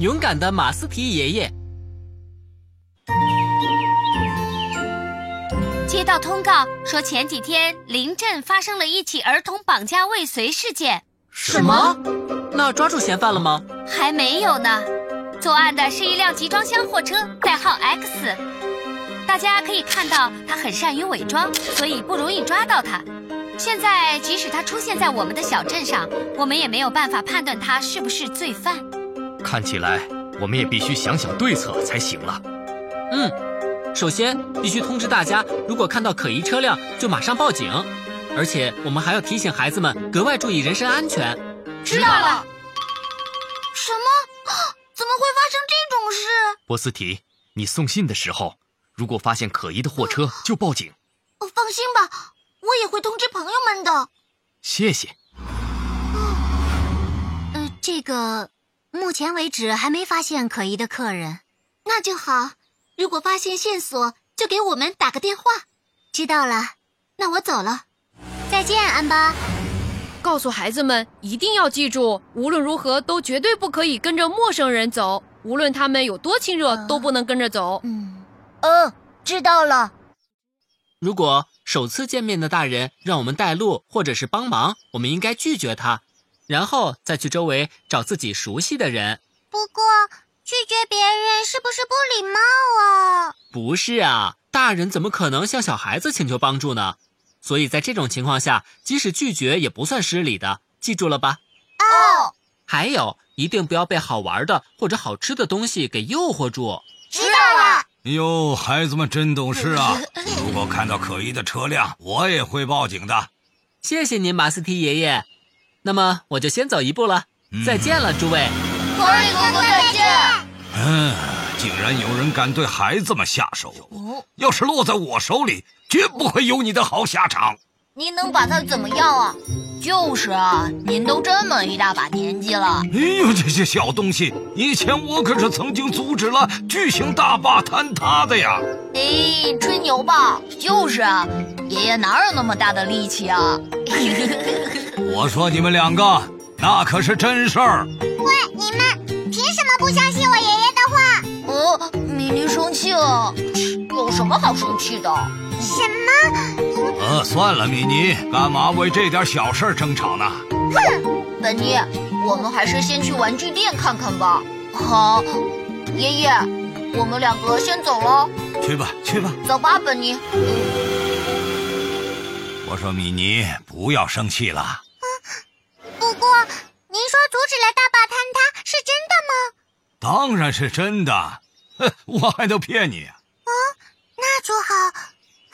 勇敢的马斯提爷爷，接到通告说前几天临镇发生了一起儿童绑架未遂事件，什么？那抓住嫌犯了吗？还没有呢。作案的是一辆集装箱货车，代号 X。大家可以看到，他很善于伪装，所以不容易抓到他。现在即使他出现在我们的小镇上，我们也没有办法判断他是不是罪犯。看起来我们也必须想想对策才行了。嗯，首先必须通知大家，如果看到可疑车辆就马上报警，而且我们还要提醒孩子们格外注意人身安全。知道了。什么？怎么会发生这种事？波斯提，你送信的时候，如果发现可疑的货车就报警。哦放心吧，我也会通知朋友们的。谢谢。呃，这个目前为止还没发现可疑的客人。那就好，如果发现线索，就给我们打个电话。知道了，那我走了，再见，安巴。告诉孩子们一定要记住，无论如何都绝对不可以跟着陌生人走，无论他们有多亲热，都不能跟着走。嗯，哦，知道了。如果首次见面的大人让我们带路或者是帮忙，我们应该拒绝他，然后再去周围找自己熟悉的人。不过拒绝别人是不是不礼貌啊？不是啊，大人怎么可能向小孩子请求帮助呢？所以在这种情况下，即使拒绝也不算失礼的，记住了吧？哦，还有，一定不要被好玩的或者好吃的东西给诱惑住。知道了。哟，哎孩子们真懂事啊！如果看到可疑的车辆，我也会报警的。谢谢您，马斯提爷爷。那么我就先走一步了，嗯再见了，诸位。红瑞公公再见。嗯，竟然有人敢对孩子们下手，哦，要是落在我手里，绝不会有你的好下场。您能把他怎么样啊？就是啊，您都这么一大把年纪了，哎呦，这些小东西，以前我可是曾经阻止了巨型大坝坍塌的呀。哎，吹牛吧？就是啊，爷爷哪有那么大的力气啊？ 我说你们两个，那可是真事儿。你们凭什么不相信我爷爷的话？哦，米妮生气了，有什么好生气的？什么？呃，算了，米妮，干嘛为这点小事儿争吵呢？本妮，我们还是先去玩具店看看吧。好，爷爷，我们两个先走了，去吧，去吧。走吧，本妮。我说米妮，不要生气了。不过，您说阻止了大坝坍塌是真的吗？当然是真的， 哼，我还能骗你？那就好。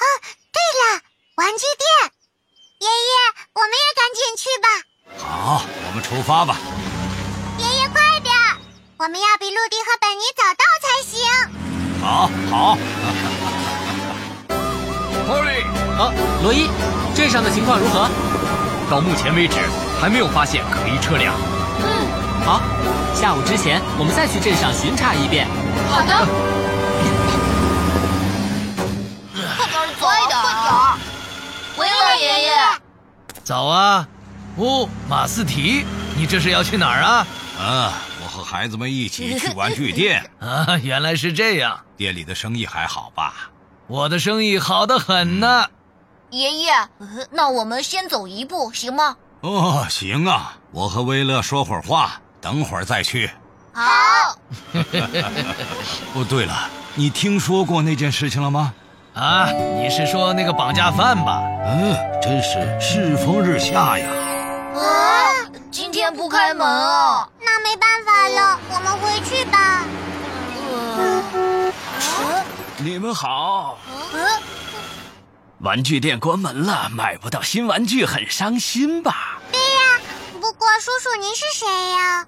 啊，对了，玩具店，爷爷，我们也赶紧去吧。好，我们出发吧。爷爷，快点，我们要比陆地和本尼早到才行。好，好。h 瑞，啊，罗伊，镇上的情况如何？到目前为止还没有发现可疑车辆。好，下午之前我们再去镇上巡查一遍。好的。快点，快点，快点！为了爷爷，早啊！哦，马斯提，你这是要去哪儿啊？嗯，我和孩子们一起去玩具 店，啊，原来是这样，店里的生意还好吧？我的生意好得很呢。爷爷，呃那我们先走一步行吗？哦，行啊，我和威乐说会儿话，等会儿再去。好， 哦，对了，你听说过那件事情了吗？啊，你是说那个绑架犯吧？嗯，真是世风日下呀。啊，今天不开门啊。那没办法了，我们回去吧。你们好，嗯，玩具店关门了，买不到新玩具，很伤心吧？不过叔叔您是谁呀？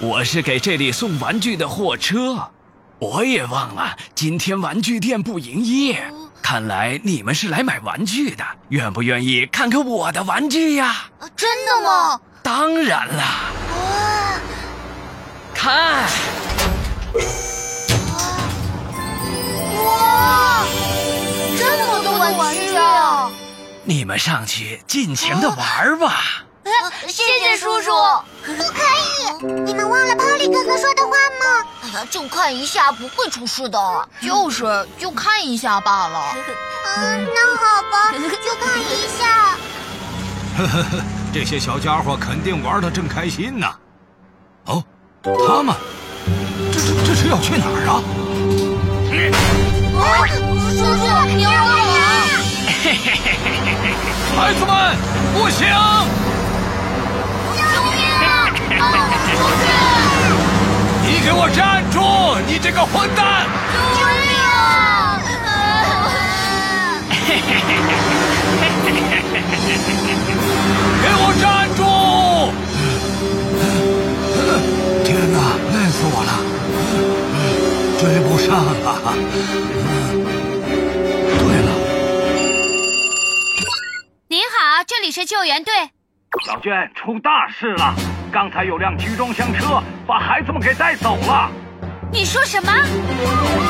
我是给这里送玩具的货车，我也忘了今天玩具店不营业。看来你们是来买玩具的，愿不愿意看看我的玩具呀？呃真的吗？当然啦，啊，看，哇，这么多玩具啊！你们上去尽情的玩吧。 谢谢叔叔。不可以， 你们忘了 Polly 哥哥说的话吗？哎呀， 就看一下，不会出事的。就是，就看一下罢了。 嗯，那好 吧，就看一 下。这些小家伙肯定玩的正开心呢。哦，他们，这这这是要去哪儿啊？啊，叔叔，你要干嘛？孩子们，不行！你给我站住！你这个混蛋！救命 啊！ 给我站住！天哪，累死我了，追不上了。嗯对了，您好，这里是救援队。小娟出大事了，刚才有辆集装箱车把孩子们给带走了。你说什么？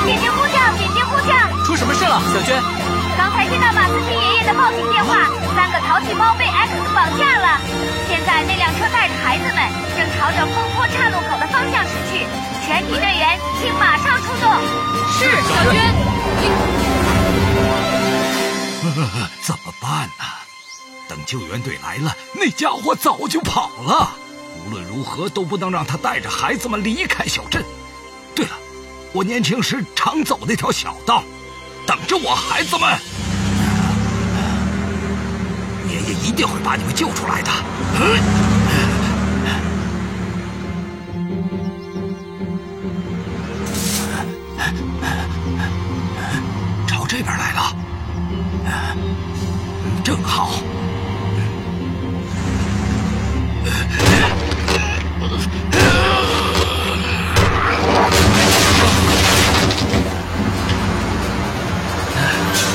姐姐呼叫，姐姐呼叫！出什么事了，小娟？刚才接到马斯奇爷爷的报警电话，三个淘气包被 X 绑架了。现在那辆车带着孩子们，正朝着风坡岔路口的方向驶去。全体队员，请马上出动！是小娟，怎么办呢、等救援队来了，那家伙早就跑了。无论如何都不能让他带着孩子们离开小镇。对了，我年轻时常走那条小道，等着我孩子们。爷爷一定会把你们救出来的。朝这边来了。正好。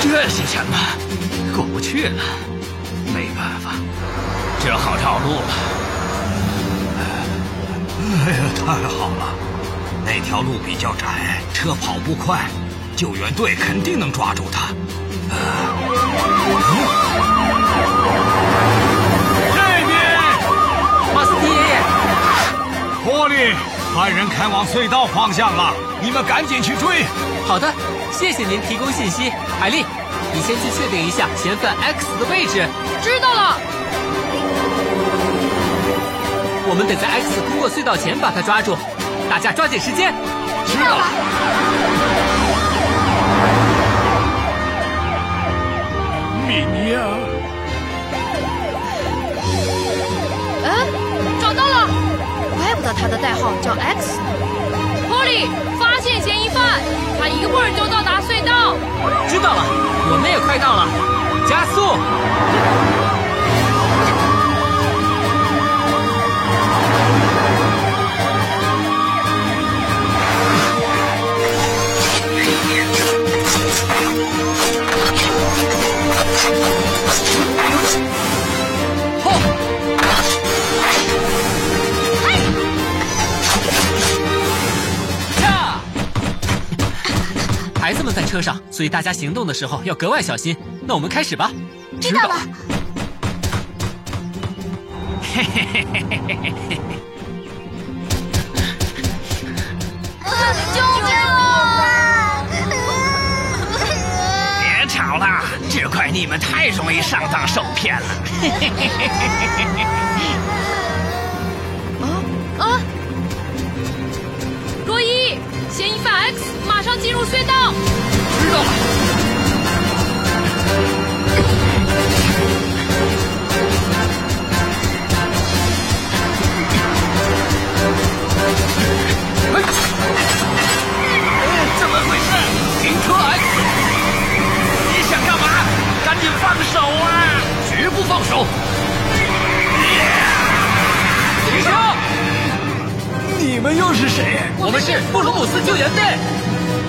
这是什么？过不去了，没办法，只好绕路了。哎呀，太好了！那条路比较窄，车跑不快，救援队肯定能抓住他。这边，马斯提爷爷，波利，犯人开往隧道方向了，你们赶紧去追！好的，谢谢您提供信息，艾丽，你先去确定一下嫌犯 X 的位置，知道了。我们得在 X 通过隧道前把他抓住，大家抓紧时间。知道了。米妮啊，嗯，找到了，怪不得他的代号叫 X。Polly 发现嫌疑犯，他一会儿就到达隧道。知道了，我们也快到了，加速！驾孩子们在车上，所以大家行动的时候要格外小心。那我们开始吧。知道了。啊救命啊！别吵了，这怪你们太容易上当受骗了。啊！罗伊，嫌疑犯 X 马上进入隧道。怎么回事？停车！X！你想干嘛？赶紧放手啊！绝不放手！停车！你们又是谁？我们是布鲁姆斯救援队，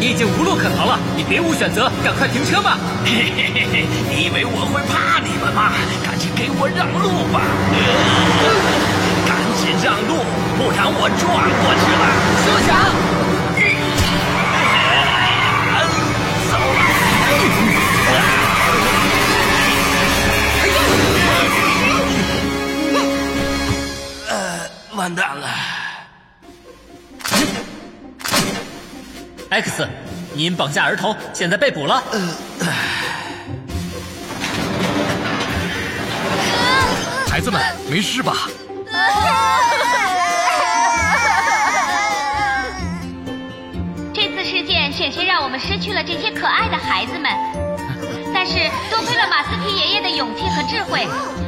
你已经无路可逃了，你别无选择，赶快停车吧。嘿嘿嘿嘿， 你以为我会怕你们吗？赶紧给我让路吧！ 赶紧让路，不然我撞过去了。休想！啊！完蛋了！ X，你因绑架儿童现在被捕了。孩子们，没事吧？这次事件险些让我们失去了这些可爱的孩子们，但是多亏了马斯皮爷爷的勇气和智慧，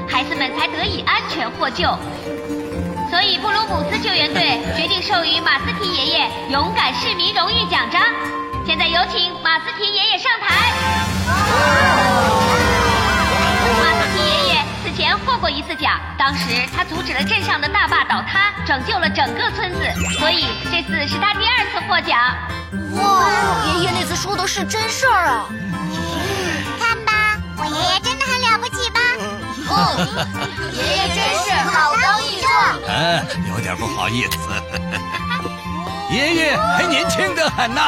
孩子们才得以安全获救。所以布鲁姆斯救援队决定授予马斯皮爷爷勇敢市民荣誉奖章。现在有请马斯皮爷爷上台。马斯皮爷爷此前获过一次奖，当时他阻止了镇上的大坝倒塌，拯救了整个村子，所以这次是他第二次获奖。哇，爷爷那次说的是真事儿啊！看吧，我爷爷真的很了不起吧？嗯哦 爷爷真是好高骛壮。哎，有点不好 意思。爷爷还年轻的很呢、